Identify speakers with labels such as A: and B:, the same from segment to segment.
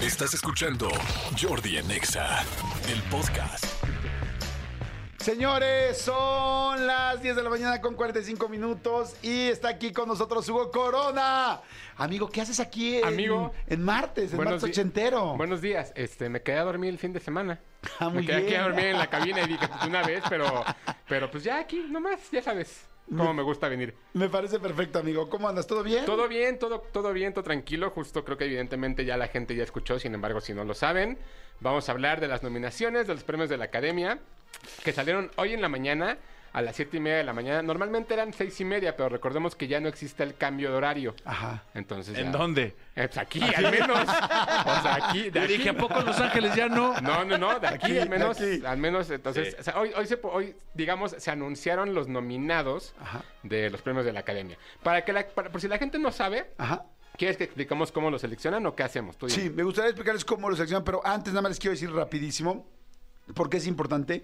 A: Estás escuchando Jordi en Exa, el podcast.
B: Señores, son las 10 de la mañana con 45 minutos y está aquí con nosotros Hugo Corona. Amigo, ¿qué haces aquí en,
C: Amigo.
B: en martes, en
C: Buenos
B: martes
C: di-
B: ochentero?
C: Buenos días, este, me quedé a dormir el fin de semana.
B: Ah, muy
C: me quedé aquí
B: bien.
C: a dormir en la cabina y dije, pues una vez, pero, pero pues ya aquí, nomás, ya sabes cómo me gusta venir.
B: Me parece perfecto, amigo. ¿Cómo andas? ¿Todo bien?
C: Todo bien, todo, todo bien, todo tranquilo, justo creo que evidentemente ya la gente ya escuchó, sin embargo, si no lo saben, vamos a hablar de las nominaciones, de los premios de la Academia, que salieron hoy en la mañana a las siete y media de la mañana. Normalmente eran seis y media, pero recordemos que ya no existe el cambio de horario.
B: Ajá.
C: Entonces ya-
D: ¿En dónde?
C: Eh, pues aquí, al menos. O sea, aquí. de
D: Yo dije,
C: aquí-
D: ¿a poco Los Ángeles ya no?
C: No, no, no, de aquí,
B: Aquí,
C: al menos,
B: de aquí.
C: al menos, entonces,
D: Sí.
C: o sea, hoy, hoy, se po- hoy, digamos, se anunciaron los nominados
B: Ajá.
C: de los premios de la Academia. Para que la, para- por si la gente no sabe,
B: Ajá.
C: ¿quieres que explicamos cómo los seleccionan o qué hacemos? Tú dime.
B: Sí, me gustaría explicarles cómo lo seleccionan, pero antes nada más les quiero decir rapidísimo, porque es importante.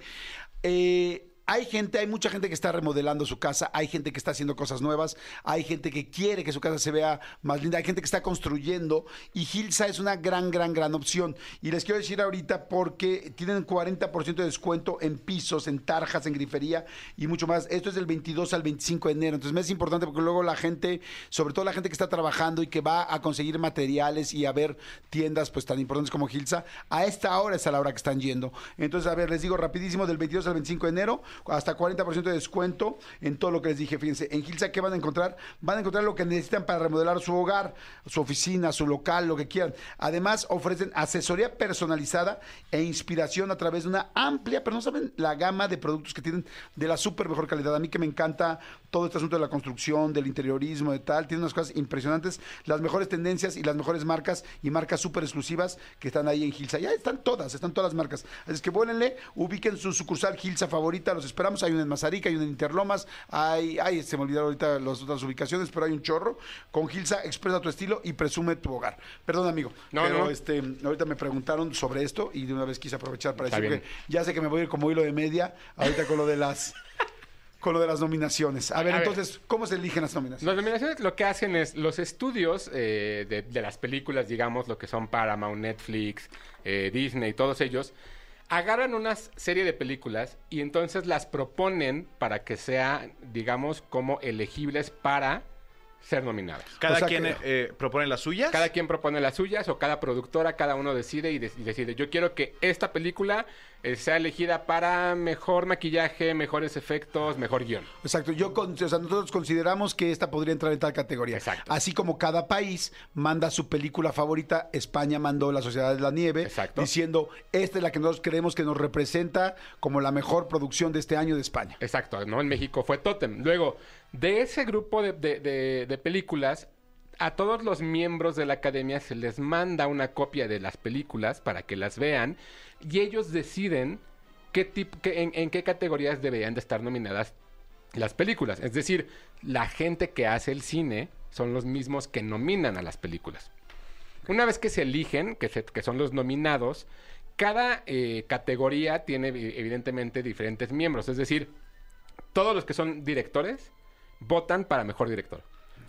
B: Eh, hay gente, hay mucha gente que está remodelando su casa, hay gente que está haciendo cosas nuevas, hay gente que quiere que su casa se vea más linda, hay gente que está construyendo y Hilsa es una gran, gran, gran opción. Y les quiero decir ahorita porque tienen 40% de descuento en pisos, en tarjas, en grifería y mucho más. Esto es del 22 al 25 de enero, entonces me es importante porque luego la gente, sobre todo la gente que está trabajando y que va a conseguir materiales y a ver tiendas pues tan importantes como Gilsa, a esta hora es a la hora que están yendo. Entonces, a ver, les digo rapidísimo, del 22 al 25 de enero, hasta 40% de descuento en todo lo que les dije. Fíjense, en Gilsa, ¿qué van a encontrar? Van a encontrar lo que necesitan para remodelar su hogar, su oficina, su local, lo que quieran. Además, ofrecen asesoría personalizada e inspiración a través de una amplia, pero no saben la gama de productos que tienen de la súper mejor calidad. A mí que me encanta todo este asunto de la construcción, del interiorismo, de tal. Tiene unas cosas impresionantes, las mejores tendencias y las mejores marcas y marcas súper exclusivas que están ahí en Gilsa. Ya están todas, están todas las marcas. Así es que vuélenle, ubiquen su sucursal Gilsa favorita, los esperamos. Hay una en Mazarica, hay una en Interlomas, hay, ay, se me olvidaron ahorita las otras ubicaciones, pero hay un chorro. Con Gilsa, expresa tu estilo y presume tu hogar. Perdón, amigo.
C: No,
B: pero
C: no, no.
B: este, ahorita me preguntaron sobre esto y de una vez quise aprovechar para
C: Está
B: decir
C: bien.
B: que ya sé que me voy a ir como hilo de media ahorita con lo de las con lo de las nominaciones. A ver,
C: A ver.
B: entonces, ¿cómo se eligen las nominaciones?
C: Las nominaciones lo que hacen es los estudios eh, de, de las películas, digamos, lo que son Paramount, Netflix, eh, Disney, todos ellos, agarran una serie de películas y entonces las proponen para que sean, digamos, como elegibles para ser nominadas.
D: Cada
B: O sea
D: quien
B: que-
D: eh, eh, propone las suyas.
C: Cada quien propone las suyas o cada productora, cada uno decide y, de- y decide. Yo quiero que esta película eh, sea elegida para mejor maquillaje, mejores efectos, mejor guión.
B: Exacto, yo con- o sea, nosotros consideramos que esta podría entrar en tal categoría.
C: Exacto.
B: Así como cada país manda su película favorita, España mandó La Sociedad de la Nieve,
C: Exacto.
B: diciendo, esta es la que nosotros creemos que nos representa como la mejor producción de este año de España.
C: Exacto, ¿no? En México fue Totem. Luego, de ese grupo de, de- de- de películas, a todos los miembros de la academia se les manda una copia de las películas para que las vean y ellos deciden qué tip- qué- en, en qué categorías deberían de estar nominadas las películas. Es decir, la gente que hace el cine son los mismos que nominan a las películas. Una vez que se eligen, que, se- que son los nominados, cada eh, categoría tiene evi- evidentemente diferentes miembros. Es decir, todos los que son directores votan para mejor director.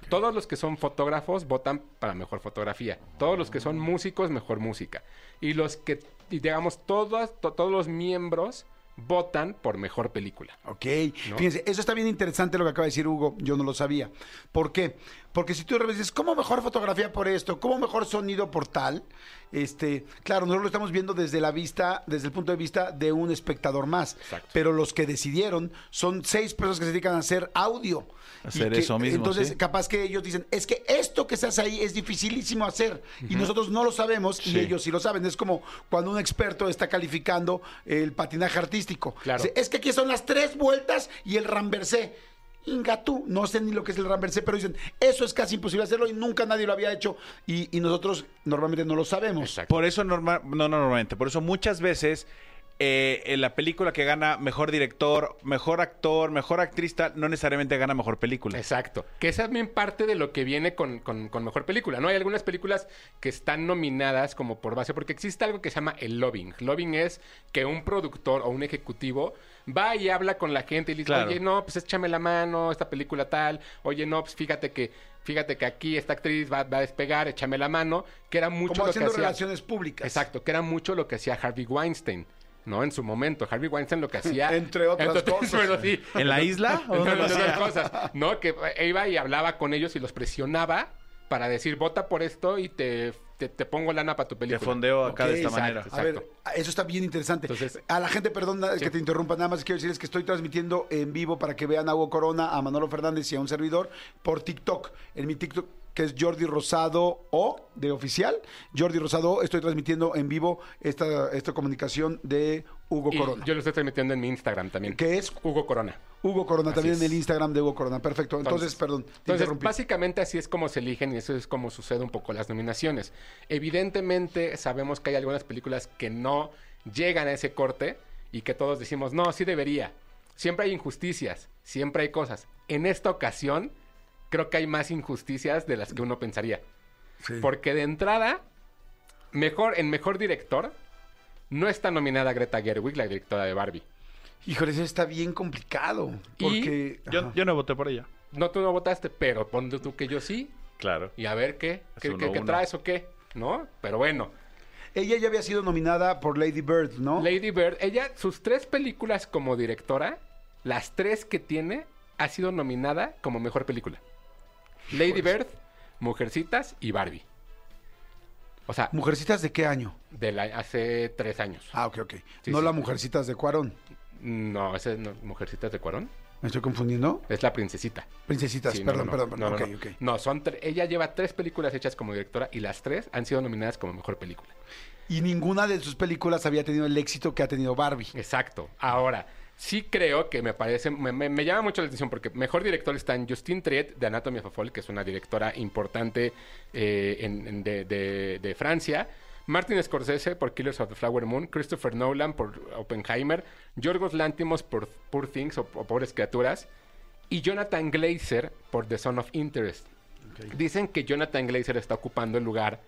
C: Todos los que son fotógrafos votan para mejor fotografía. Todos los que son músicos, mejor música. Y los que, y digamos, todas- to- todos los miembros votan por mejor película.
B: Ok,
C: ¿No?
B: fíjense, eso está bien interesante lo que acaba de decir Hugo, yo no lo sabía. ¿Por qué? Porque si tú de repente dices, ¿cómo mejor fotografía por esto? ¿Cómo mejor sonido por tal? Este, claro, nosotros lo estamos viendo desde la vista, desde el punto de vista de un espectador más.
C: Exacto.
B: Pero los que decidieron son seis personas que se dedican a hacer audio.
D: Hacer
B: Y que-
D: eso mismo,
B: Entonces,
D: sí.
B: capaz que ellos dicen, es que esto que estás ahí es dificilísimo hacer y nosotros no lo sabemos y
D: Sí.
B: ellos sí lo saben. Es como cuando un experto está calificando el patinaje artístico.
C: Claro.
B: Dice, es que aquí son las tres vueltas y el ramversé. Ingatú, no sé ni lo que es el ramversé, pero dicen, eso es casi imposible hacerlo y nunca nadie lo había hecho y, y nosotros normalmente no lo sabemos.
D: Por eso, normal, no, no, normalmente, por eso muchas veces eh, en la película que gana mejor director, mejor actor, mejor actriz, tal, no necesariamente gana mejor
B: Mm.
D: película.
C: Exacto. Que es también parte de lo que viene con, con- con mejor película, ¿no? Hay algunas películas que están nominadas como por base, porque existe algo que se llama el lobbying. Lobbying es que un productor o un ejecutivo va y habla con la gente y le dice,
D: Claro.
C: oye, no, pues échame la mano, esta película tal, oye, no, pues fíjate que fíjate que aquí esta actriz va, va a despegar, échame la mano, que era mucho
B: Como
C: lo que
B: haciendo
C: hacía-
B: relaciones públicas.
C: Exacto, que era mucho lo que hacía Harvey Weinstein, ¿no? En su momento, Harvey Weinstein lo que hacía...
B: Entre otras cosas.
C: pero sí,
D: ¿En la isla? ¿O dónde
C: entre
D: lo
C: otras
D: hacía?
C: cosas, ¿no? Que iba y hablaba con ellos y los presionaba para decir, vota por esto y te, te, te pongo lana para tu película.
D: fondeo acá de esta
B: exacto,
D: manera.
B: A ver, ah, eso está bien interesante.
C: Entonces-
B: a la gente, perdón nada- que te interrumpa, nada más quiero decirles que estoy transmitiendo en vivo para que vean a Hugo Corona, a Manolo Fernández y a un servidor por TikTok. En mi TikTok que es Jordi Rosado O, de oficial. Jordi Rosado O, estoy transmitiendo en vivo esta, esta comunicación de Hugo
C: Y
B: Corona.
C: Yo lo estoy transmitiendo en mi Instagram también.
B: Que es
C: Hugo Corona.
B: Hugo Corona, también
C: es.
B: en el Instagram de Hugo Corona. Perfecto. Entonces, perdón, te
C: Entonces,
B: interrumpí.
C: básicamente así es como se eligen y eso es como sucede un poco las nominaciones. Evidentemente, sabemos que hay algunas películas que no llegan a ese corte y que todos decimos, no, sí debería. Siempre hay injusticias, siempre hay cosas. En esta ocasión, creo que hay más injusticias de las que uno pensaría. Porque de entrada, mejor, en mejor director, no está nominada Greta Gerwig, la directora de Barbie.
B: Híjole, eso está bien complicado.
C: Y
B: Porque.
D: Yo,
B: Ajá.
D: yo no voté por ella.
C: No, tú no votaste, pero ponte tú que yo sí.
D: Claro.
C: y a ver qué,
D: Es
C: qué,
D: uno
C: qué-
D: a
C: qué
D: uno.
C: traes o qué, ¿no? Pero bueno,
B: Ella ya había sido nominada por Lady Bird, ¿no?
C: Lady Bird, ella, sus tres películas como directora, las tres que tiene, ha sido nominada como mejor película. Lady Bird, Mujercitas y Barbie. O sea,
B: ¿Mujercitas de qué año?
C: de la, hace tres años.
B: Ah, ok, ok.
C: Sí,
B: no
C: sí.
B: la Mujercitas de Cuarón.
C: No, esa es no- Mujercitas de Cuarón.
B: ¿Me estoy confundiendo?
C: Es la princesita.
B: Princesitas,
C: Sí, no,
B: perdón,
C: no, no.
B: perdón, perdón.
C: No, no,
B: ok,
C: no.
B: ok.
C: No, son tre- ella lleva tres películas hechas como directora y las tres han sido nominadas como mejor película.
B: Y ninguna de sus películas había tenido el éxito que ha tenido Barbie.
C: Exacto. Ahora, sí creo que me parece, me, me- me llama mucho la atención porque mejor director están Justine Triet de Anatomy of a Fall, que es una directora importante eh, en- en- de, de- de Francia. Martin Scorsese por Killers of the Flower Moon, Christopher Nolan por Oppenheimer, Yorgos Lantimos por Poor Things o, o Pobres Criaturas y Jonathan Glazer por The Son of Interest. Dicen que Jonathan Glazer está ocupando el lugar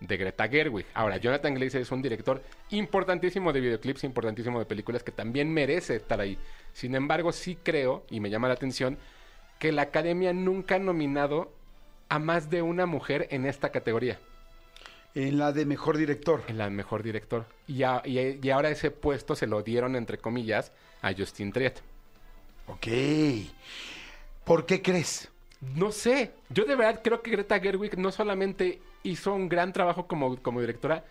C: de Greta Gerwig. Ahora, Jonathan Glazer es un director importantísimo de videoclips, importantísimo de películas que también merece estar ahí. Sin embargo, sí creo, y me llama la atención, que la academia nunca ha nominado a más de una mujer en esta categoría,
B: En la de mejor director.
C: en la mejor director. Y, a- y- y ahora ese puesto se lo dieron, entre comillas, a Justin Triet.
B: Ok. ¿Por qué crees?
C: No sé. Yo de verdad creo que Greta Gerwig no solamente hizo un gran trabajo como, como directora,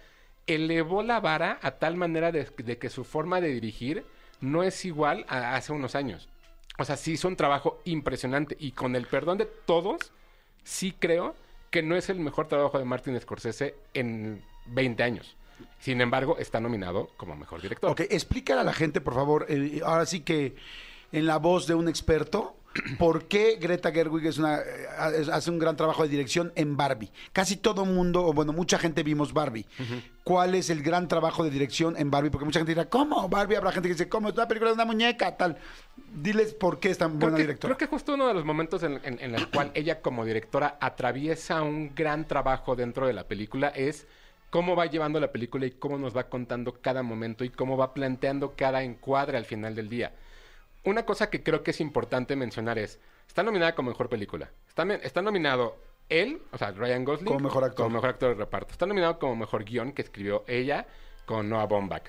C: elevó la vara a tal manera de, de que su forma de dirigir no es igual a hace unos años. O sea, sí hizo un trabajo impresionante. Y con el perdón de todos, sí creo que no es el mejor trabajo de Martin Scorsese en 20 años. Sin embargo, está nominado como mejor director.
B: Ok, explícale a la gente, por favor, eh, ahora sí que en la voz de un experto, ¿por qué Greta Gerwig es una, eh, ha- es- hace un gran trabajo de dirección en Barbie? Casi todo mundo, o bueno, mucha gente vimos Barbie. ¿Cuál es el gran trabajo de dirección en Barbie? Porque mucha gente dirá, ¿cómo? Barbie, habrá gente que dice, ¿cómo? Es una película de una muñeca, tal. Diles por qué es tan buena
C: creo que,
B: directora.
C: creo que justo uno de los momentos en, en, en el cual ella como directora atraviesa un gran trabajo dentro de la película es cómo va llevando la película y cómo nos va contando cada momento y cómo va planteando cada encuadre al final del día. Una cosa que creo que es importante mencionar es, está nominada como mejor película. Está, men- está nominado él, o sea, Ryan Gosling.
B: Como mejor actor.
C: Como mejor actor de reparto. Está nominado como mejor guión que escribió ella con Noah Baumbach.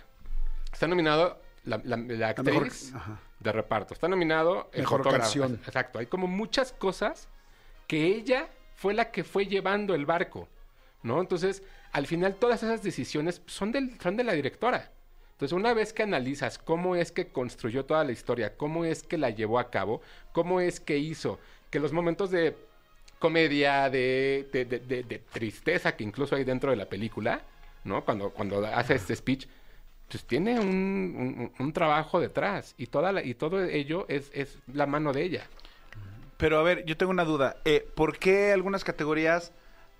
C: Está nominado la, la- la
B: mejor-
C: actriz
B: ajá.
C: de reparto. Está nominado el
B: Mejor
C: fotógrafo.
B: canción.
C: Exacto. Hay como muchas cosas que ella fue la que fue llevando el barco, ¿no? Entonces, al final todas esas decisiones son, del, son de la directora. Entonces, una vez que analizas cómo es que construyó toda la historia, cómo es que la llevó a cabo, cómo es que hizo que los momentos de comedia, de, de- de- de- de tristeza que incluso hay dentro de la película, ¿no? Cuando, cuando hace este speech, pues tiene un, un- un trabajo detrás y, toda la- y todo ello es, es la mano de ella.
D: Pero a ver, yo tengo una duda. Eh, ¿Por qué algunas categorías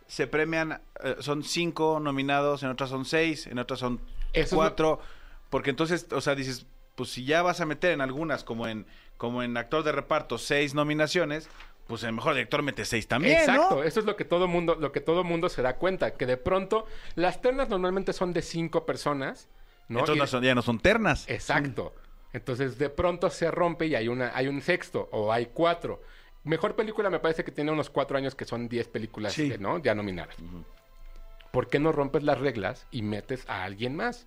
D: se premian? eh, son cinco nominados, en otras son seis, en otras son
C: Eso es lo-
D: cuatro. Porque entonces, o sea, dices, pues si ya vas a meter en algunas, como en, como en actor de reparto, seis nominaciones, pues el mejor director mete seis también.
C: Exacto,
D: ¿no?
C: eso es lo que todo mundo, lo que todo mundo se da cuenta, que de pronto las ternas normalmente son de cinco personas, ¿no?
D: Entonces
C: Y- Eh,
D: no son- ya no son ternas.
C: Exacto. Entonces de pronto se rompe y hay una, hay un sexto o hay cuatro. Mejor película me parece que tiene unos cuatro años que son 10 películas
B: Sí.
C: eh, ¿no? ya nominadas. ¿Por qué no rompes las reglas y metes a alguien más?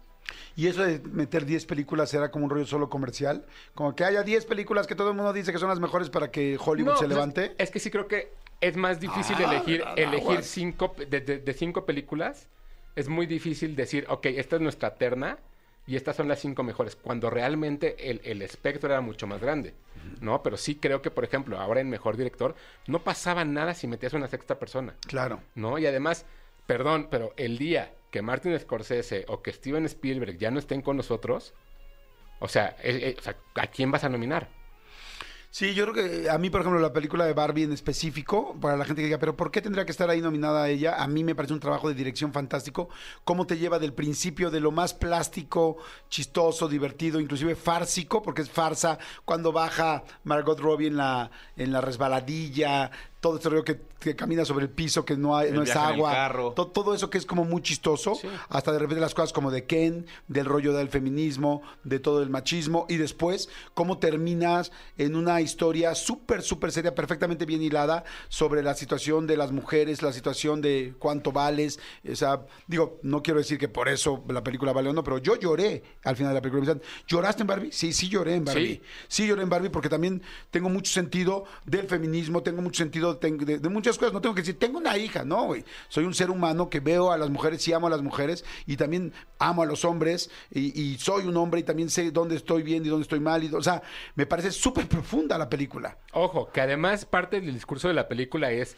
B: Y eso de meter 10 películas era como un rollo solo comercial. Como que haya 10 películas que todo el mundo dice que son las mejores para que Hollywood
C: No,
B: se
C: pues,
B: levante.
C: Es que sí creo que es más difícil
B: Ah,
C: elegir,
B: ¿verdad?
C: elegir
B: Aguas.
C: cinco pe- de, de- de cinco películas. Es muy difícil decir, ok, esta es nuestra terna y estas son las cinco mejores. Cuando realmente el, el espectro era mucho más grande. ¿No? Pero sí creo que, por ejemplo, ahora en Mejor Director, no pasaba nada si metías una sexta persona.
B: Claro.
C: ¿no? Y además, perdón, pero el día que Martin Scorsese o que Steven Spielberg ya no estén con nosotros, o sea, eh, eh, o sea, ¿a quién vas a nominar?
B: Sí, yo creo que eh, a mí, por ejemplo, la película de Barbie en específico, para la gente que diga, pero ¿por qué tendría que estar ahí nominada a ella? A mí me parece un trabajo de dirección fantástico. Cómo te lleva del principio de lo más plástico, chistoso, divertido, inclusive fársico, porque es farsa, cuando baja Margot Robbie en la, en la resbaladilla, todo este rollo que, que camina sobre el piso, que no, hay-
D: El
B: no es
D: viaje en el
B: agua.
D: carro.
B: To- todo eso que es como muy chistoso, hasta de repente las cosas como de Ken, del rollo del feminismo, de todo el machismo, y después cómo terminas en una historia súper, súper seria, perfectamente bien hilada sobre la situación de las mujeres, la situación de cuánto vales, o sea, digo, no quiero decir que por eso la película vale o no, pero yo lloré al final de la película. Me decían, ¿Lloraste en Barbie? Sí, sí lloré en Barbie.
C: Sí.
B: Sí, lloré en Barbie porque también tengo mucho sentido del feminismo, tengo mucho sentido de, de- de muchas cosas. No tengo que decir, tengo una hija, no, güey. Soy un ser humano que veo a las mujeres y amo a las mujeres y también amo a los hombres y, y soy un hombre y también sé dónde estoy bien y dónde estoy mal. Y, do- o sea, me parece súper profunda la película.
C: Ojo, que además parte del discurso de la película es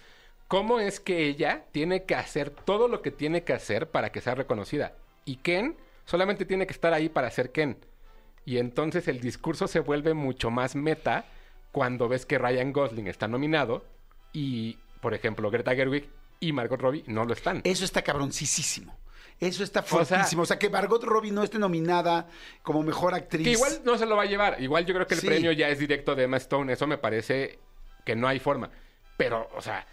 C: cómo es que ella tiene que hacer todo lo que tiene que hacer para que sea reconocida. Y Ken solamente tiene que estar ahí para ser Ken. Y entonces el discurso se vuelve mucho más meta cuando ves que Ryan Gosling está nominado y, por ejemplo, Greta Gerwig y Margot Robbie no lo están.
B: Eso está cabroncísísimo. Eso está
C: sea-
B: fuertísimo. O sea, que Margot Robbie no esté nominada como mejor actriz.
C: Que igual no se lo va a llevar. Igual yo creo que el
B: Sí.
C: premio ya es directo de Emma Stone. Eso me parece que no hay forma. Pero, o sea.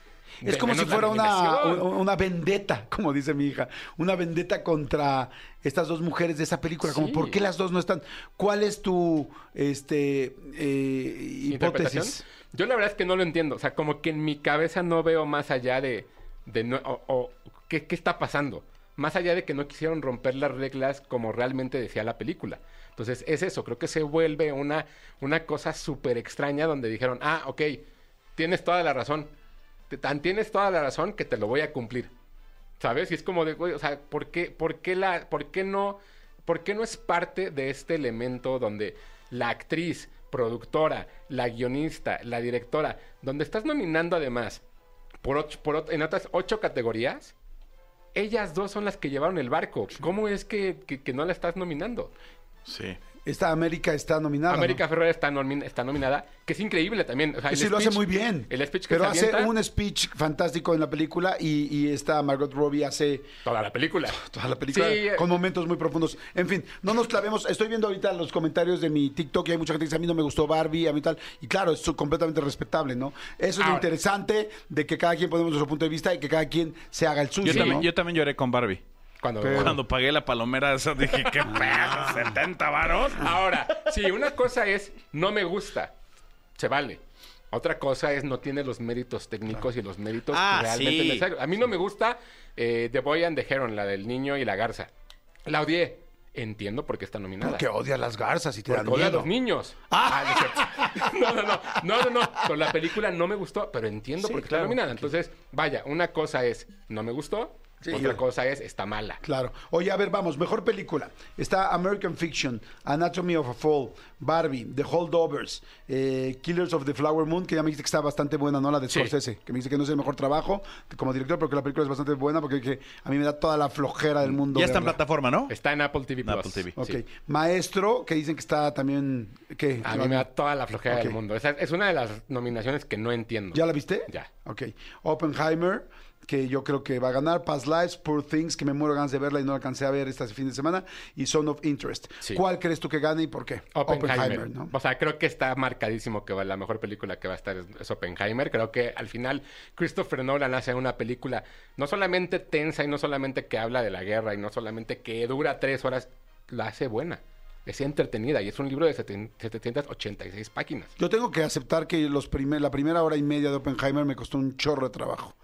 B: Es
C: de
B: como si
C: menos la
B: fuera una,
C: nominación.
B: u- una vendetta, como dice mi hija. Una vendetta contra estas dos mujeres de esa película. Como,
C: Sí.
B: ¿por qué las dos no están? ¿Cuál es tu este, eh,
C: interpretación.
B: hipótesis?
C: Yo la verdad es que no lo entiendo. O sea, como que en mi cabeza no veo más allá de. de no- o, o- ¿qué, qué está pasando? Más allá de que no quisieron romper las reglas como realmente decía la película. Entonces, es eso. Creo que se vuelve una, una cosa súper extraña donde dijeron, ah, ok, tienes toda la razón. Te- Tan tienes toda la razón que te lo voy a cumplir. ¿Sabes? Y es como de, güey, o sea, ¿por qué, por qué la, por qué no, por qué no es parte de este elemento donde la actriz, productora, la guionista, la directora, donde estás nominando además por ocho- por ot- en otras ocho categorías, ellas dos son las que llevaron el barco. ¿Cómo es que, que- que no la estás nominando?
D: Sí.
B: Esta América está nominada. ¿no?
C: América Ferrer está, nomin- está nominada, que es increíble también. o sea, el
B: Sí, lo hace
C: speech-
B: muy bien.
C: El speech que
B: Pero
C: se
B: hace
C: avienta,
B: un speech fantástico en la película y, y esta Margot Robbie hace
C: toda la película.
B: toda la película
C: Sí, eh.
B: con momentos muy profundos. En fin, no nos clavemos. Estoy viendo ahorita los comentarios de mi TikTok y hay mucha gente que dice a mí no me gustó Barbie, a mí tal. Y claro, es completamente respetable, ¿no? Eso es lo
C: Ahora.
B: interesante de que cada quien ponemos nuestro punto de vista y que cada quien se haga el suyo, ¿no?
D: Yo, también, yo también lloré con Barbie.
C: cuando,
B: Pero-
D: Cuando pagué la palomera esa, dije, ¿qué pedo? ¿70 varos?
C: Ahora, si una cosa es no me gusta, se vale. Otra cosa es no tiene los méritos técnicos y los méritos
D: Ah,
C: realmente
D: sí.
C: necesarios. A mí no me gusta eh, The Boy and the Heron, la del niño y la garza. La odié. Entiendo por qué está nominada.
B: Porque odia a las garzas y te
C: Porque
B: dan
C: odia a
B: miedo.
C: los niños. Ah, no, es cierto. no, no, no, no, no, no. Pero la película no me gustó, pero entiendo
D: Sí,
C: por qué
D: claro.
C: está nominada. Entonces, vaya, una cosa es no me gustó,
B: Sí,
C: otra
B: yo-
C: cosa es está mala.
B: Claro. Oye, a ver, vamos, mejor película. Está American Fiction, Anatomy of a Fall, Barbie, The Holdovers, eh, Killers of the Flower Moon, que ya me dijiste que está bastante buena, ¿no? La de
C: Sí.
B: Scorsese, que me dice que no es el mejor trabajo como director, pero que la película es bastante buena porque que a mí me da toda la flojera del mundo.
D: Ya está en
B: verla.
D: plataforma, ¿no?
C: Mm, Está en Apple TV Plus.
D: Apple TV.
B: Ok.
C: Sí.
B: Maestro, que dicen que está también... ¿Qué?
C: A mí me da toda la flojera
B: Ok.
C: del mundo. Esa es una de las nominaciones que no entiendo.
B: ¿Ya la viste?
C: Ya.
B: Ok. Oppenheimer, que yo creo que va a ganar. Past Lives, Poor Things, que me muero de ganas de verla y no la alcancé a ver este fin de semana. Y Son of Interest.
C: Sí.
B: ¿Cuál crees tú que gane y por qué?
C: Oppenheimer.
B: ¿no?
C: O sea, creo que está marcadísimo que va- la mejor película que va a estar es, es Oppenheimer. Creo que al final Christopher Nolan hace una película no solamente tensa y no solamente que habla de la guerra y no solamente que dura tres horas, la hace buena. es entretenida y es un libro de seten- 786 páginas.
B: Yo tengo que aceptar que los primer- la primera hora y media de Oppenheimer me costó un chorro de trabajo.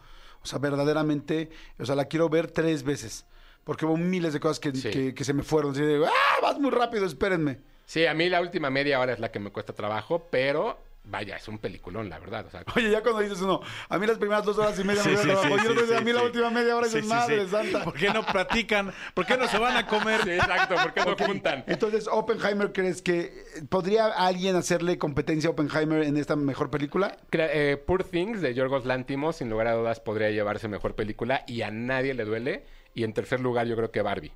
B: O sea, verdaderamente, o sea, la quiero ver tres veces. Porque hubo miles de cosas que,
C: Sí.
B: que- que se me fueron. Así de, ¡ah! Vas muy rápido, espérenme.
C: Sí, a mí la última media hora es la que me cuesta trabajo, pero vaya, es un peliculón, la verdad. O sea,
B: Oye, ya cuando dices uno, a mí las primeras dos horas y media me
D: Sí, sí,
B: dieron trabajo.
D: sí,
B: Yo no
D: sí,
B: sé, a
D: sí,
B: mí la
D: sí.
B: última media hora
D: Sí,
B: dices,
D: sí,
B: madre
D: sí.
B: santa.
D: ¿Por qué no platican? ¿Por qué no se van a
C: sí,
D: comer?
C: exacto, porque no juntan.
B: Entonces, Oppenheimer, ¿crees que eh, podría alguien hacerle competencia a Oppenheimer en esta mejor película?
C: Cla- eh, Poor Things de Yorgos Lantimos, sin lugar a dudas, podría llevarse mejor película y a nadie le duele. Y en tercer lugar, yo creo que Barbie.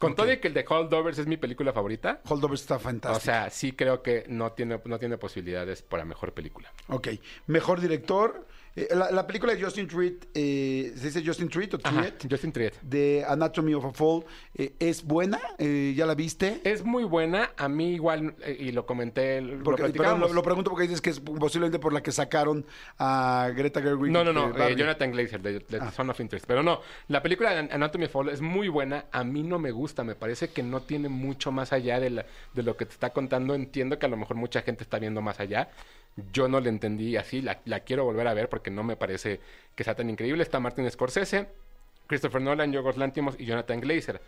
C: Con todo y que el de Holdovers es mi película favorita,
B: Holdover está
C: o
B: fantástico.
C: sea, sí creo que no tiene, no tiene posibilidades para mejor película.
B: Ok, mejor director. Eh, la, la película de Justin Treat, eh, ¿se dice Justin Treat o
C: Ajá,
B: Treat?
C: Justin Triet.
B: De Anatomy of a Fall, eh, ¿es buena? Eh, ¿Ya la viste?
C: Es muy buena, a mí igual, eh, y lo comenté, lo
B: Porque- perdón,
C: platicábamos.
B: lo, lo pregunto porque dices que es posiblemente por la que sacaron a Greta Gerwig.
C: No, no,
B: eh,
C: no, eh,
B: Barbie. Ah.
C: Jonathan Glazer de, de Son of Interest. Pero no, la película de An- Anatomy of Fall es muy buena. A mí no me gusta, me parece que no tiene mucho más allá de, la- de lo que te está contando. Entiendo que a lo mejor mucha gente está viendo más allá. Yo no la entendí así, la, la quiero volver a ver porque no me parece que sea tan increíble. Está Martin Scorsese, Christopher Nolan, Yorgos Lantimos y Jonathan Glazer.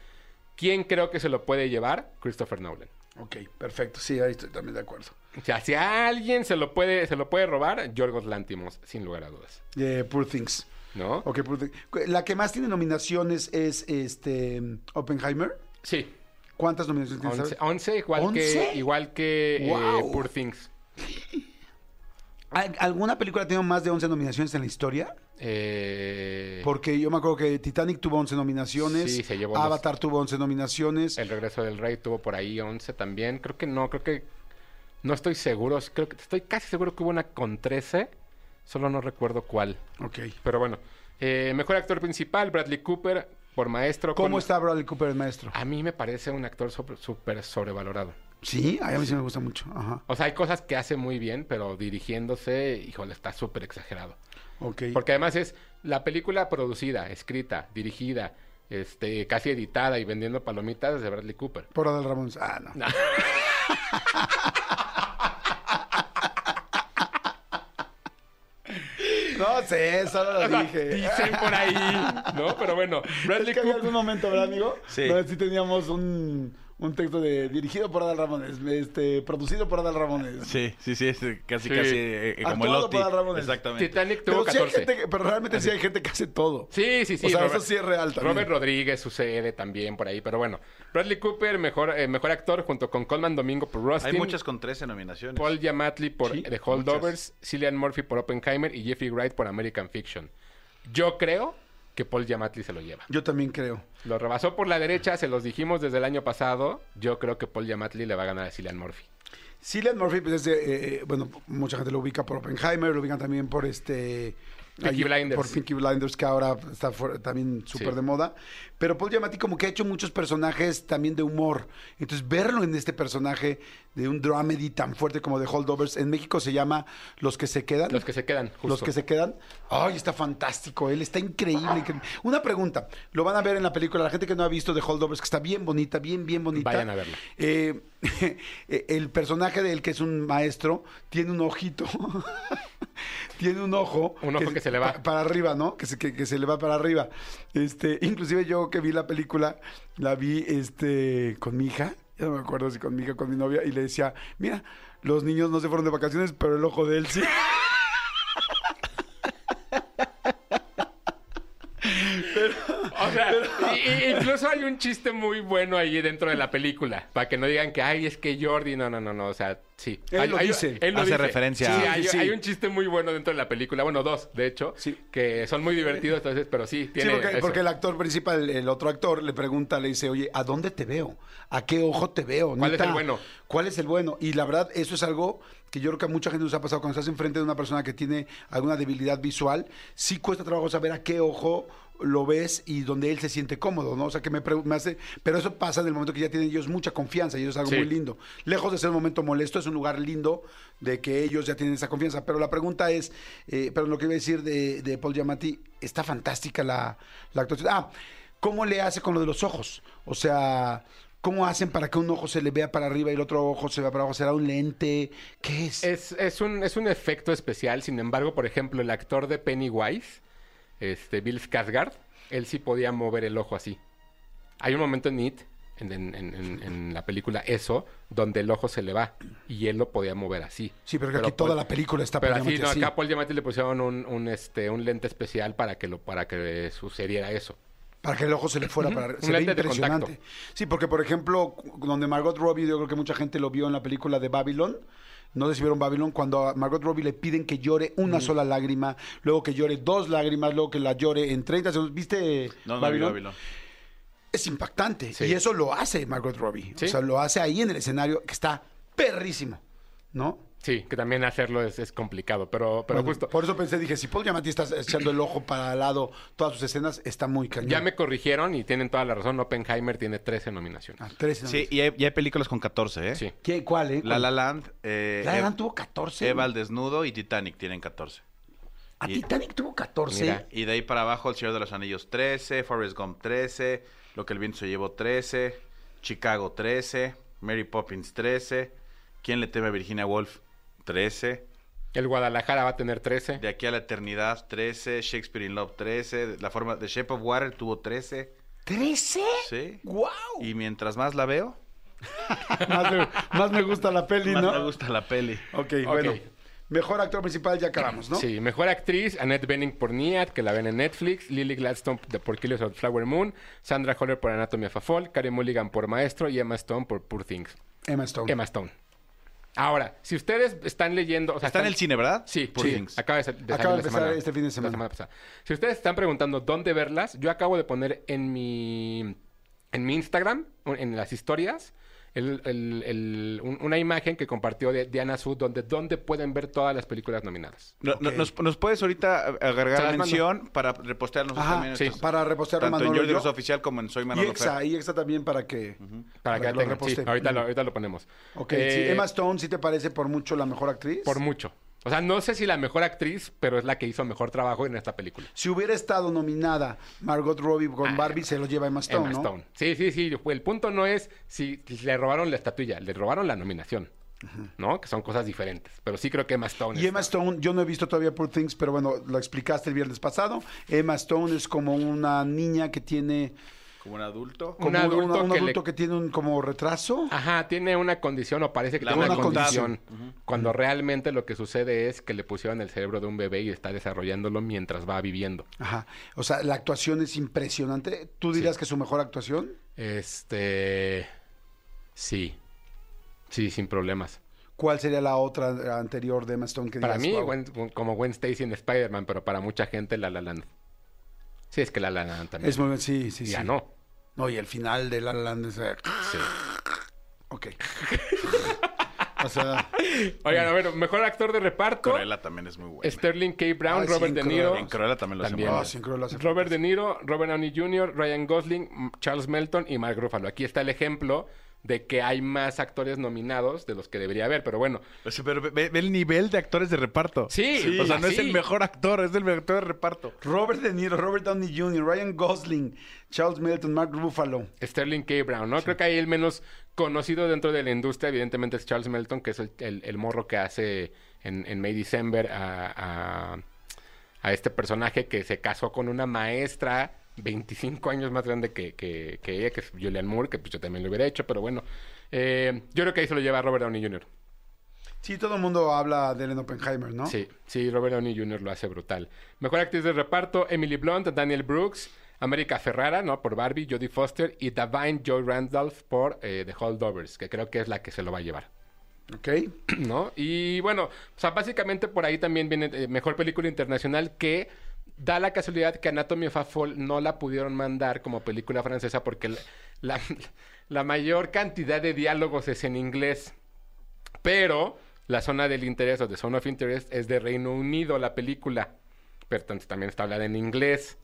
C: ¿Quién creo que se lo puede llevar? Christopher Nolan.
B: Ok, perfecto, sí, ahí estoy también de acuerdo.
C: O sea, si a alguien se lo puede, se lo puede robar, Yorgos Lantimos, sin lugar a dudas.
B: Eh, Poor Things.
C: ¿No?
B: Ok, Poor Things. La que más tiene nominaciones es este Oppenheimer.
C: Sí,
B: ¿Cuántas nominaciones tiene?
C: 11,
B: sabes?
C: igual
B: ¿Once?
C: que, igual que eh,
B: Wow.
C: Poor Things.
B: ¿Al- ¿Alguna película ha tenido más de 11 nominaciones en la historia?
C: Eh,
B: Porque yo me acuerdo que Titanic tuvo 11 nominaciones,
C: Sí, se llevó los-
B: Avatar tuvo 11 nominaciones.
C: El regreso del rey tuvo por ahí 11 también. Creo que no, creo que no estoy seguro. Creo que estoy casi seguro que hubo una con 13. Solo no recuerdo cuál.
B: Ok.
C: Pero bueno, eh, mejor actor principal Bradley Cooper por maestro.
B: ¿Cómo
C: con-
B: está Bradley Cooper, el maestro?
C: A mí me parece un actor sobre- súper sobrevalorado.
B: Sí, Ay, a mí sí me gusta mucho. Ajá.
C: O sea, hay cosas que hace muy bien, pero dirigiéndose, híjole, está súper exagerado.
B: Ok.
C: Porque además es la película producida, escrita, dirigida, este, casi editada y vendiendo palomitas de Bradley Cooper.
B: Por Adal Ramón. Ah, no. No sé, solo lo dije.
C: Dicen por ahí, ¿no? Pero bueno, Bradley
B: Es que había
C: Cooper.
B: algún momento, ¿verdad, amigo?
D: Sí.
B: Donde sí teníamos un, un texto de dirigido por Adal Ramones, este, producido por Adal Ramones.
D: Sí, sí, sí, es casi,
C: Sí.
D: casi eh, eh, como el
B: Actuado
D: Oti.
B: por Adal Ramones.
D: Exactamente.
C: Titanic tuvo
B: Pero, sí hay
C: 14.
B: gente que- pero realmente sí hay gente que hace todo.
C: Sí, sí, sí.
B: O sea,
C: Robert-
B: eso sí es real también.
C: Robert Rodríguez sucede también por ahí, pero bueno. Bradley Cooper, mejor, eh, mejor actor, junto con Coleman Domingo por Rustin.
D: Hay muchas con 13 nominaciones.
C: Paul Giamatti por
D: Sí,
C: The Holdovers, Cillian Murphy por Oppenheimer y Jeffrey Wright por American Fiction. Yo creo que Paul Giamatti se lo lleva.
B: Yo también creo.
C: Lo rebasó por la derecha, se los dijimos desde el año pasado. Yo creo que Paul Giamatti le va a ganar a Cillian Murphy.
B: Cillian Murphy, pues, es de, eh, bueno, mucha gente lo ubica por Oppenheimer, lo ubican también por este...
C: Peaky Blinders.
B: Por Pinky Blinders, que ahora está fuera- también súper
C: Sí.
B: de moda. Pero Paul Giamatti como que ha hecho muchos personajes también de humor. Entonces, verlo en este personaje de un dramedy tan fuerte como The Holdovers, en México se llama Los que se quedan.
C: Los que se quedan, justo.
B: Los que se quedan. Ay, está fantástico. Él está increíble. increíble. Una pregunta. Lo van a ver en la película. La gente que no ha visto de Holdovers, que está bien bonita, bien, bien bonita.
C: Vayan a verla.
B: Eh, el personaje de él, que es un maestro, tiene un ojito. tiene un ojo.
C: Un ojo que se le va.
B: pa- para arriba, ¿no? Que se, que, que se le va para arriba. Este, inclusive yo que vi la película, la vi este, con mi hija. Ya no me acuerdo si con mi hija o con mi novia. Y le decía, mira, los niños no se fueron de vacaciones, pero el ojo de él sí.
C: O sea, y- y- incluso hay un chiste muy bueno ahí dentro de la película. Para que no digan que, ay, es que Jordi. No, no, no, no. O sea, sí.
B: Él
C: Hay-
B: lo
C: hay-
B: dice.
C: él lo
D: Hace
C: dice.
D: referencia
C: Sí,
D: a-
C: hay,
B: Sí, sí.
C: hay un chiste muy bueno dentro de la película. Bueno, dos, de hecho.
B: Sí.
C: Que son muy divertidos, entonces, pero sí.
B: Sí,
C: Tiene
B: porque,
C: eso.
B: porque el actor principal, el otro actor, le pregunta, le dice, oye, ¿a dónde te veo? ¿A qué ojo te veo?
C: ¿Cuál es el bueno?
B: ¿Cuál es el bueno? Y la verdad, eso es algo que yo creo que a mucha gente nos ha pasado. Cuando estás enfrente de una persona que tiene alguna debilidad visual, sí cuesta trabajo saber a qué ojo lo ves y donde él se siente cómodo, ¿no? O sea, que me, pregu- me hace... Pero eso pasa en el momento que ya tienen ellos mucha confianza y eso es algo
C: Sí.
B: muy lindo. Lejos de ser un momento molesto, es un lugar lindo de que ellos ya tienen esa confianza. Pero la pregunta es, eh, pero lo que iba a decir de, de Paul Giamatti, está fantástica la, la actuación. Ah, ¿cómo le hace con lo de los ojos? O sea, ¿Cómo hacen para que un ojo se le vea para arriba y el otro ojo se vea para abajo? ¿Será un lente? ¿Qué es?
C: Es, es un, es un efecto especial, sin embargo, por ejemplo, el actor de Pennywise, este Bill Skarsgård, él sí podía mover el ojo así. Hay un momento en It, en, en- en- en- en la película Eso, donde el ojo se le va y él lo podía mover así.
B: sí, pero que aquí toda la película está
C: Pero así,
B: prácticamente
C: no,
B: así.
C: acá a Paul Giamatti le pusieron un, un, este, un lente especial para que, lo, para que sucediera eso.
B: Para que el ojo se le fuera para
C: un
B: Se ve
C: lente de
B: impresionante.
C: contacto.
B: Sí, porque por ejemplo, cu- donde Margot Robbie, yo creo que mucha gente lo vio en la película de Babylon. No sé si vieron Babylon, cuando a Margot Robbie le piden que llore una sola lágrima, luego que llore dos lágrimas, luego que la llore en 30 segundos. ¿Viste
D: No, no,
B: Babylon?
D: Babylon.
B: Es impactante.
C: Sí.
B: Y eso lo hace Margot Robbie.
C: Sí.
B: O sea, lo hace ahí en el escenario, que está perrísimo. ¿No?
C: Sí, que también hacerlo es, es complicado, pero, pero
B: Bueno,
C: justo.
B: Por eso pensé, dije, si Paul Giamatti está echando el ojo para al lado todas sus escenas, está muy cañón.
C: Ya me corrigieron y tienen toda la razón. Oppenheimer tiene 13 nominaciones.
B: Ah, tres escenas.
D: Sí, y hay, y hay películas con 14, ¿eh?
C: Sí.
B: ¿Qué- ¿Cuál, eh?
D: La
B: ¿Cuál?
D: La Land, eh,
B: La La
D: Ev-
B: Land tuvo 14.
D: Eva al desnudo y Titanic tienen 14.
B: A
D: y-
B: Titanic tuvo 14.
C: Mira.
D: Y de ahí para abajo, El Señor de los Anillos 13, Forrest Gump 13, Lo que el viento se llevó 13, Chicago 13, Mary Poppins 13, ¿Quién le teme a Virginia Woolf? 13,
C: El Guadalajara va a tener 13.
D: De aquí a la eternidad 13, Shakespeare in Love 13, La forma de Shape of Water tuvo 13,
B: ¿13?
D: ¿sí?
B: ¡Wow!
D: Y mientras más la veo,
B: más, me, más me gusta la peli,
D: más
B: ¿no?
D: me gusta la peli.
B: ok, bueno. Mejor actor principal ya acabamos, ¿no?
C: Sí, mejor actriz, Annette Bening por Niad, que la ven en Netflix, Lily Gladstone de- por Killers of the Flower Moon, Sandra Holler por Anatomy of a Fall, Karen Mulligan por Maestro y Emma Stone por Poor Things.
B: Emma Stone.
C: Emma Stone. Ahora, si ustedes están leyendo... o sea,
D: Está en el cine, ¿verdad?
C: Sí,
D: Poor
C: sí,
D: Things.
C: acaba de, sal- de
B: Acaba
C: salir
B: de
C: la
B: empezar
C: semana-
B: este fin de
C: la
B: semana.
C: pasada. Si ustedes están preguntando dónde verlas, yo acabo de poner en mi en mi Instagram, un- en las historias, el- el- el- un- una imagen que compartió de Diana Su donde dónde pueden ver todas las películas nominadas.
D: No- no-
B: Ok.
D: nos, nos puedes ahorita
C: Se
D: agregar
C: las
D: la mención para repostearnos
B: Ajá,
D: también.
C: sí.
D: nuestros-
B: Para repostear a
D: Tanto en
B: Manolo. y
D: Jordi
B: yo.
D: Rosa Oficial como en Soy
B: Y
D: Manolo Fer.
B: Exa, y Exa también para que,
C: Para, que, la
B: lo
C: tengan. Sí,
B: reposte.
C: ahorita, lo, ahorita lo ponemos.
B: Ok,
C: Eh,
B: sí. Emma Stone, ¿sí te parece por mucho la mejor actriz?
C: Por mucho. O sea, no sé si la mejor actriz, pero es la que hizo mejor trabajo en esta película.
B: Si hubiera estado nominada Margot Robbie
D: Ah,
B: con Barbie, se lo lleva Emma Stone,
C: Emma
B: ¿no?
C: Stone. Sí, sí, sí. El punto no es si le robaron la estatuilla, le robaron la nominación. ¿No? Que son cosas diferentes. Pero sí creo que Emma Stone.
B: Y Emma
C: está-
B: Stone, yo no he visto todavía Poor Things, pero bueno, lo explicaste el viernes pasado. Emma Stone es como una niña que tiene
D: Como un adulto.
C: Un
B: como una-
C: adulto
B: un
C: que
B: adulto
C: le- Ah.
B: que tiene un como retraso.
C: Ajá, tiene una condición o parece que
D: La
C: tiene una
B: buena
C: condición. Cuando realmente lo que sucede es que le pusieron el cerebro de un bebé y está desarrollándolo mientras va viviendo.
B: Ajá. O sea, la actuación es impresionante. ¿Tú dirías que es su mejor actuación?
C: Este. Sí. Sí, sin problemas.
B: ¿Cuál sería la otra eh, anterior de Emma Stone que
C: Para
B: digas,
C: mí,
B: "Wow"?
C: Gwen- como Gwen Stacy en Spider-Man, pero para mucha gente, La La Land. Sí, es que La La Land también.
B: es muy bien, sí, sí, sí.
C: Ya no.
B: No, y el final de La La Land es eh,
C: Sí.
B: ok. o sea,
C: Oigan, a ver, mejor actor de reparto.
D: Cruella también es muy buena.
C: Sterling K. Brown,
B: Ay, sí,
C: Robert De
B: Cruella.
C: Niro.
D: En Cruella también lo
C: Este, También.
D: hacemos.
B: no, sin Cruella lo hace
C: Robert De Niro, Robert Downey Jr., Ryan Gosling, M- Charles Melton y Mark Ruffalo. Aquí está el ejemplo de que hay más actores nominados de los que debería haber, pero bueno.
D: O sea, pero ve, ve el nivel de actores de reparto.
C: Sí,
D: O sea, no es
C: sí.
D: el mejor actor, es el mejor actor de reparto.
B: Robert De Niro, Robert Downey Jr., Ryan Gosling, Charles Melton, Mark Ruffalo.
C: Sterling K. Brown, ¿no? Creo que ahí el menos conocido dentro de la industria, evidentemente, es Charles Melton, que es el, el- el morro que hace en, en May December a, a- a este personaje que se casó con una maestra 25 años más grande que, que- que ella, que es Julianne Moore, que pues yo también lo hubiera hecho, pero bueno. Eh, yo creo que ahí se lo lleva Robert Downey Jr.
B: Sí, todo el mundo habla de Ellen Oppenheimer, ¿no?
C: Sí, sí, Robert Downey Jr. lo hace brutal. Mejor actriz de reparto, Emily Blunt, Daniel Brooks, América Ferrara, ¿no? Por Barbie, Jodie Foster y Davine Joy Randolph por eh, The Holdovers, que creo que es la que se lo va a llevar,
B: Ok.
C: ¿no? Y bueno, o sea, básicamente por ahí también viene eh, Mejor Película Internacional que... Da la casualidad que Anatomy of a Fall no la pudieron mandar como película francesa porque la- la- la mayor cantidad de diálogos es en inglés. Pero la zona del interés o de Zone of Interest es de Reino Unido, la película. Pero tant- también está hablada en inglés.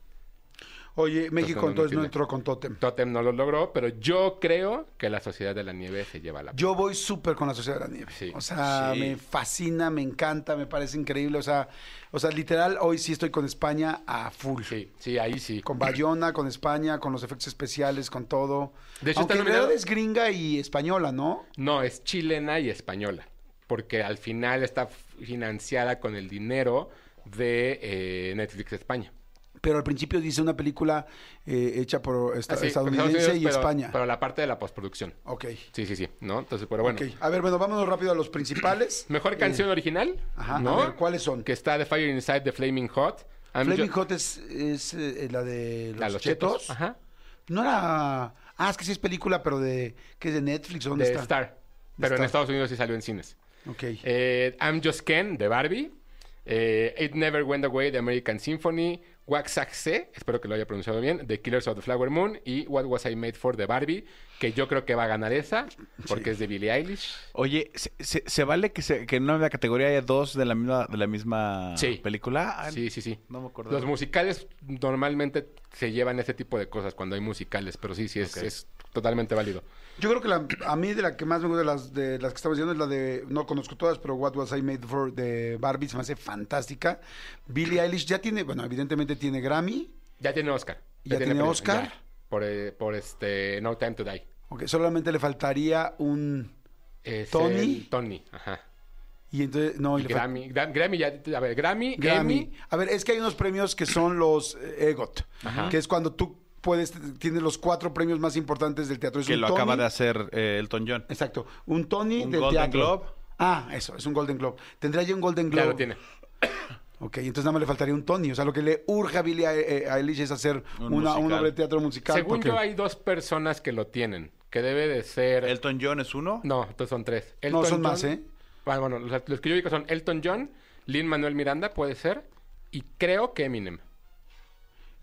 B: Oye, México
D: no
B: entonces no
D: tiene.
B: entró con Totem.
C: Totem no lo logró, pero yo creo que la Sociedad de la Nieve se lleva la...
B: Yo voy súper con la Sociedad de la Nieve.
C: Sí.
B: O sea,
D: Sí.
B: me fascina, me encanta, me parece increíble. O sea, o sea, literal, hoy sí estoy con España a full.
C: Sí, sí, ahí sí.
B: Con Bayona, con España, con los efectos especiales, con todo.
C: De hecho,
B: Aunque
C: está
B: en realidad
C: nominado-
B: es gringa y española, ¿no?
C: No, es chilena y española, porque al final está financiada con el dinero de eh, Netflix España.
B: Pero al principio dice una película eh, hecha por esta-
C: Ah, sí,
B: estadounidense
C: Estados Unidos,
B: y
C: pero-
B: España.
C: Pero la parte de la postproducción.
B: Ok.
C: Sí, sí, sí, ¿no? Entonces, pero bueno.
B: ok. A ver, bueno, vámonos rápido a los principales. Eh,
C: Mejor canción original,
B: Ajá, a
C: ¿no?
B: ver, ¿cuáles son?
C: Que está The Fire Inside the Flaming Hot. I'm
B: Flaming
C: Ju-
B: Hot es, es, eh, la de los,
C: Ah, La Los
B: chetos.
C: Chetos. Ajá.
B: No era. Ah, es que sí es película, pero de. que es de Netflix o dónde
C: De
B: está?
C: Star. Pero en
B: Star.
C: Estados Unidos sí salió en cines.
B: Ok.
C: Eh, I'm Just Ken, de Barbie. Eh, It Never Went Away, de American Symphony. Waxaxe, espero que lo haya pronunciado bien, de Killers of the Flower Moon. Y What Was I Made For, de Barbie, que yo creo que va a ganar esa, porque es de Billie Eilish.
D: Oye, ¿se, se- se vale que, se- que en una categoría haya dos de la misma, de la misma
C: Sí.
D: película? Ah,
C: Sí, sí, sí.
D: No me acuerdo.
C: Los musicales normalmente se llevan ese tipo de cosas cuando hay musicales, pero sí, sí, es,
D: Ok.
C: es totalmente válido.
B: Yo creo que la, a mí de la que más me gusta de las, de las que estamos viendo es la de, no conozco todas, pero What Was I Made For de Barbie se me hace fantástica. Billie Eilish ya tiene, bueno, evidentemente tiene Grammy,
C: Ya tiene Oscar.
B: Ya tiene
C: premio,
B: Oscar.
C: ya, por, eh, por este No Time to Die.
B: aunque solamente le faltaría un...
C: Es
B: ¿Tony?
C: el Tony, ajá.
B: Y entonces, no, y
C: Y
B: le fal-
C: Grammy, Gra- Grammy ya, a ver, Grammy,
B: Grammy.
C: Emmy,
B: A ver, es que hay unos premios que son los eh, EGOT,
C: Ajá.
B: que es cuando tú puedes, tienes los cuatro premios más importantes del teatro. Es
D: que
B: un
D: lo acaba
B: Tony,
D: de hacer eh, Elton John.
B: Exacto, un Tony
D: Un
B: del
D: Golden
B: teatro.
D: Globe.
B: Ah, eso, es un Golden Globe. Tendría yo un Golden
C: ya
B: Globe.
C: lo tiene.
B: Ok, entonces nada más le faltaría un Tony. O sea, lo que le urge a Billie eh, eh, Eilish es hacer
D: Un
B: una,
D: musical.
B: un obra de teatro musical.
C: Según
B: porque-
C: yo, hay dos personas que lo tienen, que debe de ser...
D: Elton John es uno.
C: No, entonces son tres.
B: No,
C: Elton
B: son
C: John-
B: más, ¿eh?
C: Ah, bueno, los, los que yo digo son Elton John, Lin Manuel Miranda, puede ser, y creo que Eminem.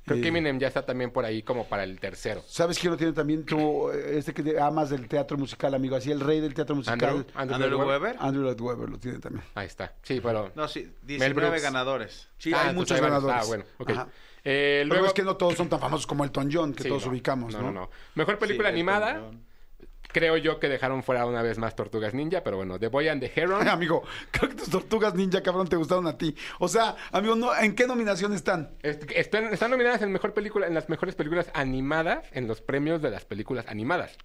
C: Creo
B: Eh.
C: que Eminem ya está también por ahí como para el tercero.
B: ¿Sabes quién lo tiene también? Tú, eh, este que te amas del teatro musical, amigo. Así, el rey del teatro musical.
C: Andrew, Andrew
D: Andrew
C: Lloyd Webber.
D: Webber.
B: Andrew Ah. Lloyd Webber lo tiene también.
C: Ahí está. Sí, pero...
D: No, sí,
C: Brooks.
D: 19 ganadores.
B: Sí,
C: Ah,
B: hay
C: entonces
B: muchos
C: ahí van.
B: ganadores.
C: Ah, bueno, ok.
B: Ajá.
C: Eh,
B: Pero
C: luego...
B: es que no todos son tan famosos como Elton John, que
C: Sí,
B: todos
C: no.
B: ubicamos, ¿no?
C: No, no, no. Mejor película
D: Sí, Elton
C: animada.
D: John.
C: Creo yo que dejaron fuera una vez más Tortugas Ninja, pero bueno, The Boy and the Heron.
B: amigo, creo que tus tortugas ninja, cabrón, te gustaron a ti. O sea, amigo, no, ¿en qué nominación están?
C: Est- Están, están nominadas en mejor película, en las mejores películas animadas, en los premios de las películas animadas.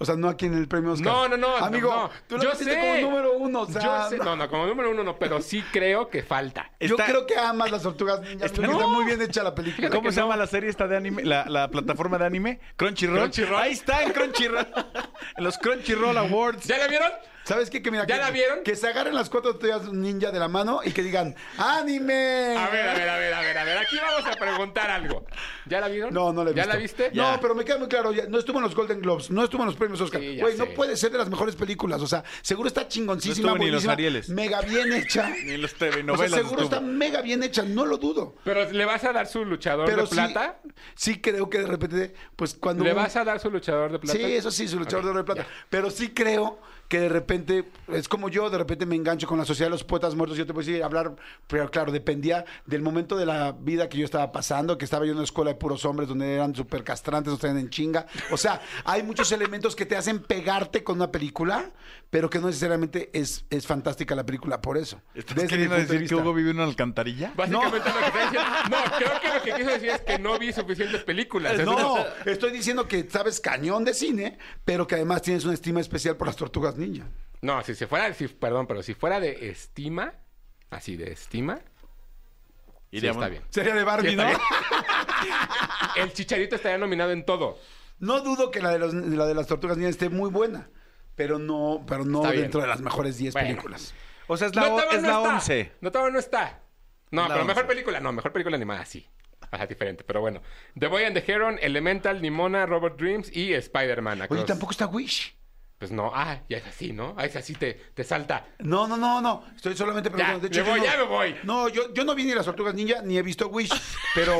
B: O sea, no aquí en el premio Oscar.
C: No, no, no.
B: Amigo,
C: no, no.
B: tú lo pusiste como número uno. O sea,
C: Yo sé- No, no, como número uno no, pero sí creo que falta.
B: Yo
D: Está-
B: creo que amas las tortugas ninja. Está,
D: No.
B: muy bien hecha la película.
D: ¿Cómo se llama la serie esta de anime? La, la plataforma de anime. Crunchyroll.
C: Crunchyroll.
D: Ahí está, en Crunchyroll. En los Crunchyroll Awards.
C: ¿Ya la vieron?
B: ¿Sabes qué? Que mira,
C: ¿Ya
B: que,
C: la vieron?
B: Que se agarren las cuatro tortugas ninja de la mano y que digan ¡Anime!
C: A ver, a ver, a ver, a ver, a ver. Aquí vamos a preguntar algo. ¿Ya la vieron?
B: No, no la he
C: ¿Ya
B: visto.
C: la viste?
B: No,
D: Ya.
B: pero me queda muy claro. ya, no estuvo en los Golden Globes, no estuvo en los premios Oscar.
C: Sí,
B: Güey,
C: ya
B: no
C: sé.
B: puede ser de las mejores películas. O sea, seguro está chingoncísima,
D: No estuvo ni en los
B: buenísima,
D: Arieles.
B: mega bien hecha.
D: Ni en los TV
B: o sea,
D: novelas.
B: seguro
D: estuvo.
B: está mega bien hecha, no lo dudo.
C: Pero le vas a dar su luchador
B: Pero
C: de plata.
B: Sí, sí creo que de repente, pues cuando...
C: ¿Le
B: un-
C: vas a dar su luchador de plata?
B: Sí, eso sí, su luchador
C: Ok,
B: de oro de plata. Pero sí creo que de repente, es como yo, de repente me engancho con la sociedad de los poetas muertos. Yo te puedo decir, hablar, pero claro, dependía del momento de la vida que yo estaba pasando, que estaba yo en una escuela de puros hombres donde eran súper castrantes, nos traían en chinga. O sea, hay muchos elementos que te hacen pegarte con una película, pero que no necesariamente es, es fantástica la película por eso.
D: ¿Estás
B: Desde mi punto
D: queriendo
B: de
D: decir que
B: vista.
D: Hugo vive en una alcantarilla?
C: Básicamente lo que está diciendo. No, creo que lo que quiso decir es que no vi suficientes películas. Es
B: No,
C: una-
B: estoy diciendo que sabes cañón de cine, pero que además tienes una estima especial por las tortugas ninja.
C: No, si se fuera, si- perdón, pero si fuera de estima, así de estima, sí
D: Iríamos-
C: está bien.
B: Sería de Barbie,
C: Sí,
B: ¿no?
C: está bien. El chicharito estaría nominado en todo.
B: No dudo que la de, los- la de las tortugas ninja esté muy buena, pero no, pero no
C: Está bien.
B: dentro de las mejores 10
C: Bueno.
B: películas.
D: O sea, es la, o-
C: Notaba
D: es la
C: está.
D: 11.
C: Notaba no está. No,
D: Es la
C: pero mejor
D: 11.
C: película, no, mejor película animada, sí. Ajá, diferente, pero bueno. The Boy and the Heron, Elemental, Nimona, Robot Dreams y Spider-Man.
B: Oye,
C: Across-
B: tampoco está Wish.
C: Pues no, ah, ya es así, ¿no? Ah, es así, te, te salta.
B: No, no, no, no. Estoy solamente preguntando.
C: me voy,
B: yo no-
C: ya me voy.
B: No, yo, yo no vi ni las tortugas ninja ni he visto Wish, pero.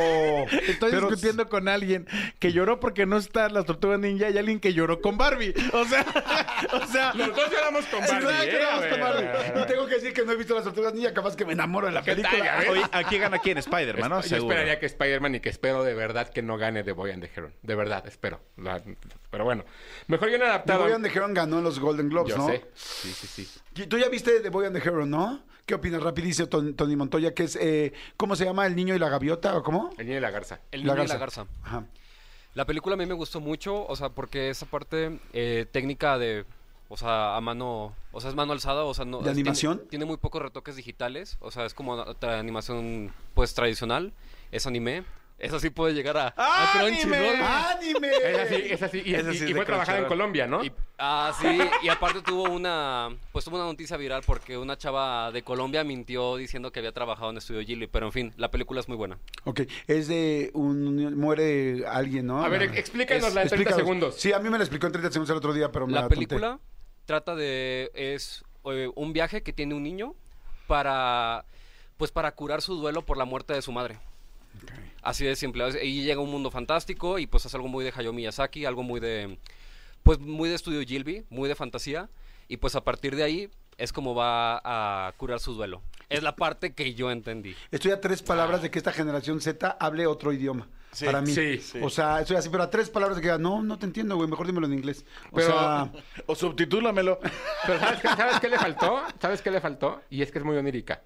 E: Estoy
B: pero-
E: discutiendo con alguien que lloró porque no está las tortugas ninja y alguien que lloró con Barbie. O sea, o sea,
C: Los dos lloramos con
B: Exacto,
C: Barbie. ¿eh?
B: vamos con
C: A ver, a
B: Barbie.
C: ver, a
B: Y
C: ver.
B: tengo que decir que no he visto las tortugas ninja, capaz que me enamoro de la
C: ¿Qué
B: película.
C: tal? A ver.
D: Oye, aquí gana quién, Spider-Man, ¿no?
C: Yo
D: Seguro.
C: esperaría que Spider-Man y que espero de verdad que no gane The Boy and the Heron. De verdad, espero. La- pero bueno. Mejor guión
B: The
C: adaptado.
B: Boy and the Heron ganó en los Golden Globes,
C: Yo
B: ¿no?
C: sé. Sí, sí, sí.
B: Y Tú ya viste The Boy and the Hero, ¿no? ¿Qué opinas? Rapidísimo, Ton- Tony Montoya, que es, eh, ¿cómo se llama? ¿El niño y la gaviota o cómo?
C: El niño de la garza.
F: El niño y la garza.
B: Ajá.
F: La película a mí me gustó mucho, o sea, porque esa parte eh, técnica de, o sea, a mano, o sea, es mano alzada, o sea, no...
B: ¿De
F: tiene-
B: animación?
F: Tiene, muy pocos retoques digitales, o sea, es como una- otra animación, pues, tradicional, es anime. Esa sí puede llegar a, a Crunchyroll.
B: ¡Ah, ¡Anime!
C: Es así, es así. Y,
D: Esa
C: y-
D: sí
C: y
D: es de
C: fue trabajada en
D: Crunchyroll.
C: Colombia, ¿no?
F: Y- ah, sí, y aparte tuvo una, pues tuvo una noticia viral porque una chava de Colombia mintió diciendo que había trabajado en Estudio Ghibli, pero en fin, la película es muy buena.
B: Ok, es de un... muere alguien, ¿no?
C: a ver, ex- explícanosla en 30
B: Explícanos.
C: segundos.
B: Sí, a mí me la explicó en 30 segundos el otro día, pero me la,
F: La
B: tonté.
F: película trata de es eh, un viaje que tiene un niño para pues para curar su duelo por la muerte de su madre. Así de simple. O sea, Y llega a un mundo fantástico y pues es algo muy de Hayao Miyazaki, algo muy de pues muy de estudio Gilby, muy de fantasía y pues a partir de ahí es como va a curar su duelo. Es la parte que yo entendí.
B: Estoy a tres palabras de que esta generación Z hable otro idioma.
D: Sí,
B: para mí.
C: sí, sí.
B: O sea, estoy así, pero a tres palabras de que diga, no, no te entiendo, güey, mejor dímelo en inglés. O
C: Pero-
B: sea,
D: O subtitúlamelo.
C: Pero ¿sabes qué, sabes qué le faltó? ¿Sabes qué le faltó? Y es que es muy onírica.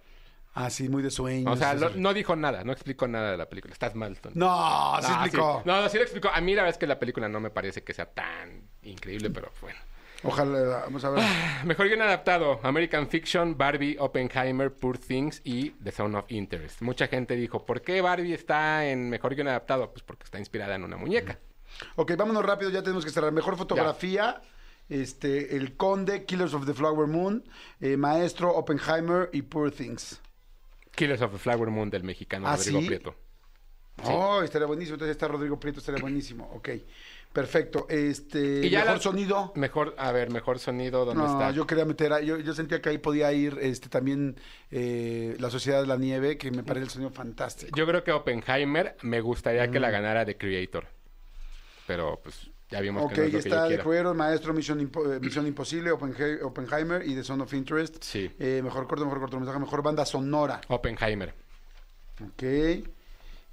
B: así, muy de sueño.
C: O sea,
B: sí,
C: lo-
B: sí.
C: no dijo nada, no explicó nada de la película. Estás mal, Tony.
B: No, sí
C: Ah,
B: explicó.
C: sí. No, no, sí lo explicó. A mí la verdad es que la película no me parece que sea tan increíble, pero bueno.
B: Ojalá, vamos a ver.
C: Mejor guión adaptado. American Fiction, Barbie, Oppenheimer, Poor Things y The Zone of Interest. Mucha gente dijo, ¿por qué Barbie está en Mejor guión adaptado? Pues porque está inspirada en una muñeca.
B: Ok, vámonos rápido, ya tenemos que cerrar. Mejor fotografía, este, El Conde, Killers of the Flower Moon, eh, Maestro, Oppenheimer y Poor Things.
C: Killers of the Flower Moon del mexicano
B: ¿Ah,
C: Rodrigo
B: sí?
C: Prieto.
B: Oh, estaría buenísimo. Entonces está Rodrigo Prieto, estaría buenísimo. Ok, perfecto. Este,
C: Y ya
B: mejor
C: la-
B: sonido.
C: Mejor, a ver, mejor sonido, ¿dónde
B: No,
C: está?
B: yo quería meter, a- yo, yo sentía que ahí podía ir este, también eh, La Sociedad de la Nieve, que me parece el sonido fantástico.
C: Yo creo que Oppenheimer me gustaría que la
B: Mm.
C: ganara The Creator. Pero pues ya vimos
B: ok,
C: que no es lo que yo
B: está The
C: quiero.
B: Creator, Maestro, Misión, Impo- eh, Misión Imposible, Oppenhe- Oppenheimer y The Zone of Interest.
C: Sí.
B: Eh, mejor corto, mejor cortometraje, mejor banda sonora.
C: Oppenheimer.
B: Ok.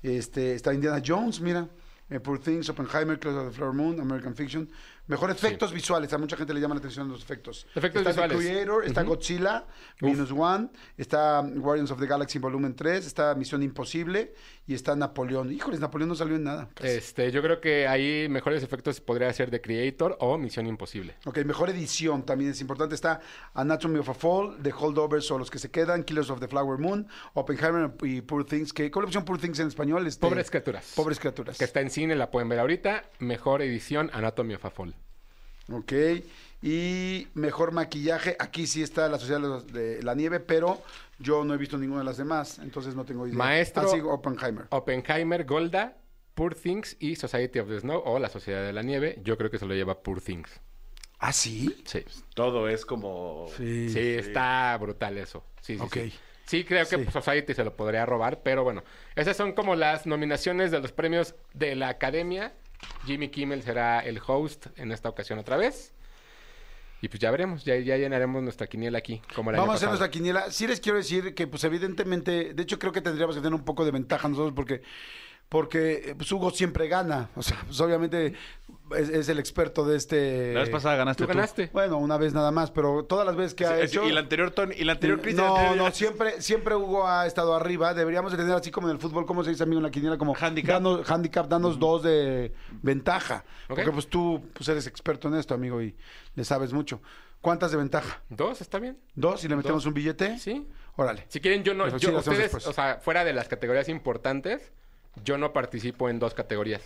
B: Este, está Indiana Jones, mira. Eh, Poor Things, Oppenheimer, Close of the Flower Moon, American Fiction. Mejor efectos visuales. A mucha gente le llama la atención los efectos.
C: Efectos
B: está
C: visuales.
B: The Creator, está Godzilla, Minus One, está Guardians of the Galaxy Volumen 3, está Misión Imposible y está Napoleón. Híjoles, Napoleón no salió en nada. casi.
C: Este, yo creo que ahí mejores efectos podría ser The Creator o Misión Imposible.
B: Ok, mejor edición también es importante. Está Anatomy of a Fall, The Holdovers o Los que se quedan, Killers of the Flower Moon, Oppenheimer y Poor Things. Que, ¿Cuál es la opción Poor Things en español? Este,
C: Pobres criaturas.
B: Pobres criaturas.
C: Que está en cine, la pueden ver ahorita. Mejor edición, Anatomy of a Fall.
B: Ok. Y mejor maquillaje. Aquí sí está la Sociedad de los- de la Nieve, pero yo no he visto ninguna de las demás, entonces no tengo idea.
C: Maestro- oh,
B: Así, Oppenheimer.
C: Oppenheimer, Golda, Poor Things y Society of the Snow o La Sociedad de la Nieve. Yo creo que se lo lleva Poor Things.
B: ¿Ah, sí?
C: Sí.
D: Todo es como...
C: Sí, está brutal eso. Sí, sí,
B: Ok.
C: sí. Sí, creo que pues, Society se lo podría robar, pero bueno. Esas son como las nominaciones de los premios de la Academia. Jimmy Kimmel será el host en esta ocasión otra vez. Y pues ya veremos, ya, ya llenaremos nuestra quiniela aquí, como el año
B: Vamos a hacer
C: pasado.
B: nuestra quiniela. Sí les quiero decir que, pues, evidentemente, de hecho, creo que tendríamos que tener un poco de ventaja nosotros porque, porque eh, pues, Hugo siempre gana. O sea, pues, obviamente es, es el experto de este...
D: La vez pasada ganaste
C: Tú
D: tú.
C: ganaste.
B: Bueno, una vez nada más, pero todas las veces que ha
D: Sí,
B: hecho...
D: Y el anterior Tony, y el anterior Cristian. el
B: No,
D: anterior-
B: no, siempre, siempre Hugo ha estado arriba. Deberíamos de tener así como en el fútbol, ¿cómo se dice, amigo, en la quiniela? Como
D: Handicap.
B: Danos, handicap, danos dos de ventaja.
C: Ok.
B: Porque pues tú pues, eres experto en esto, amigo, y le sabes mucho. ¿Cuántas de ventaja?
C: ¿Dos? ¿Está bien?
B: ¿Dos? ¿Y le metemos
C: Dos.
B: un billete?
C: Sí.
B: Órale.
C: Si quieren, yo no.
B: Pero sí
C: yo-
B: lo hacemos
C: ustedes,
B: después.
C: o sea, fuera de las categorías importantes, yo no participo en dos categorías.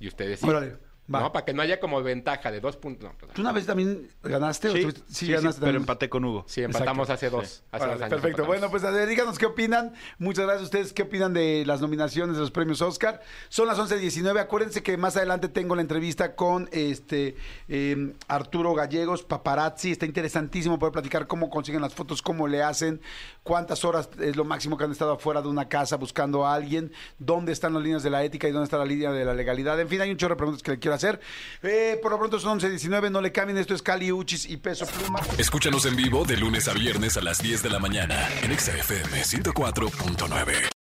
C: Y ustedes sí.
B: Órale. Va.
C: ¿no? Para que no haya como ventaja de dos puntos. No, pues,
B: ¿Tú una vez también ganaste? o
D: Sí,
B: tuviste-
D: sí, sí,
B: ganaste
D: pero
B: también.
D: empaté con Hugo.
C: sí, empatamos hace dos. hace
B: Órale,
C: dos años
B: perfecto.
C: empatamos.
B: Bueno, pues a ver, díganos qué opinan. Muchas gracias a ustedes. ¿Qué opinan de las nominaciones de los premios Oscar? Son las 11.19. Acuérdense que más adelante tengo la entrevista con este eh, Arturo Gallegos, paparazzi. Está interesantísimo poder platicar cómo consiguen las fotos, cómo le hacen, cuántas horas es lo máximo que han estado afuera de una casa buscando a alguien, dónde están las líneas de la ética y dónde está la línea de la legalidad. En fin, hay un chorro de preguntas que le quiero hacer. Eh, por lo pronto son 11.19. No le cambien. Esto es Cali Uchis y Peso Pluma.
A: Escúchanos en vivo de lunes a viernes a las 10 de la mañana en Exa FM 104.9.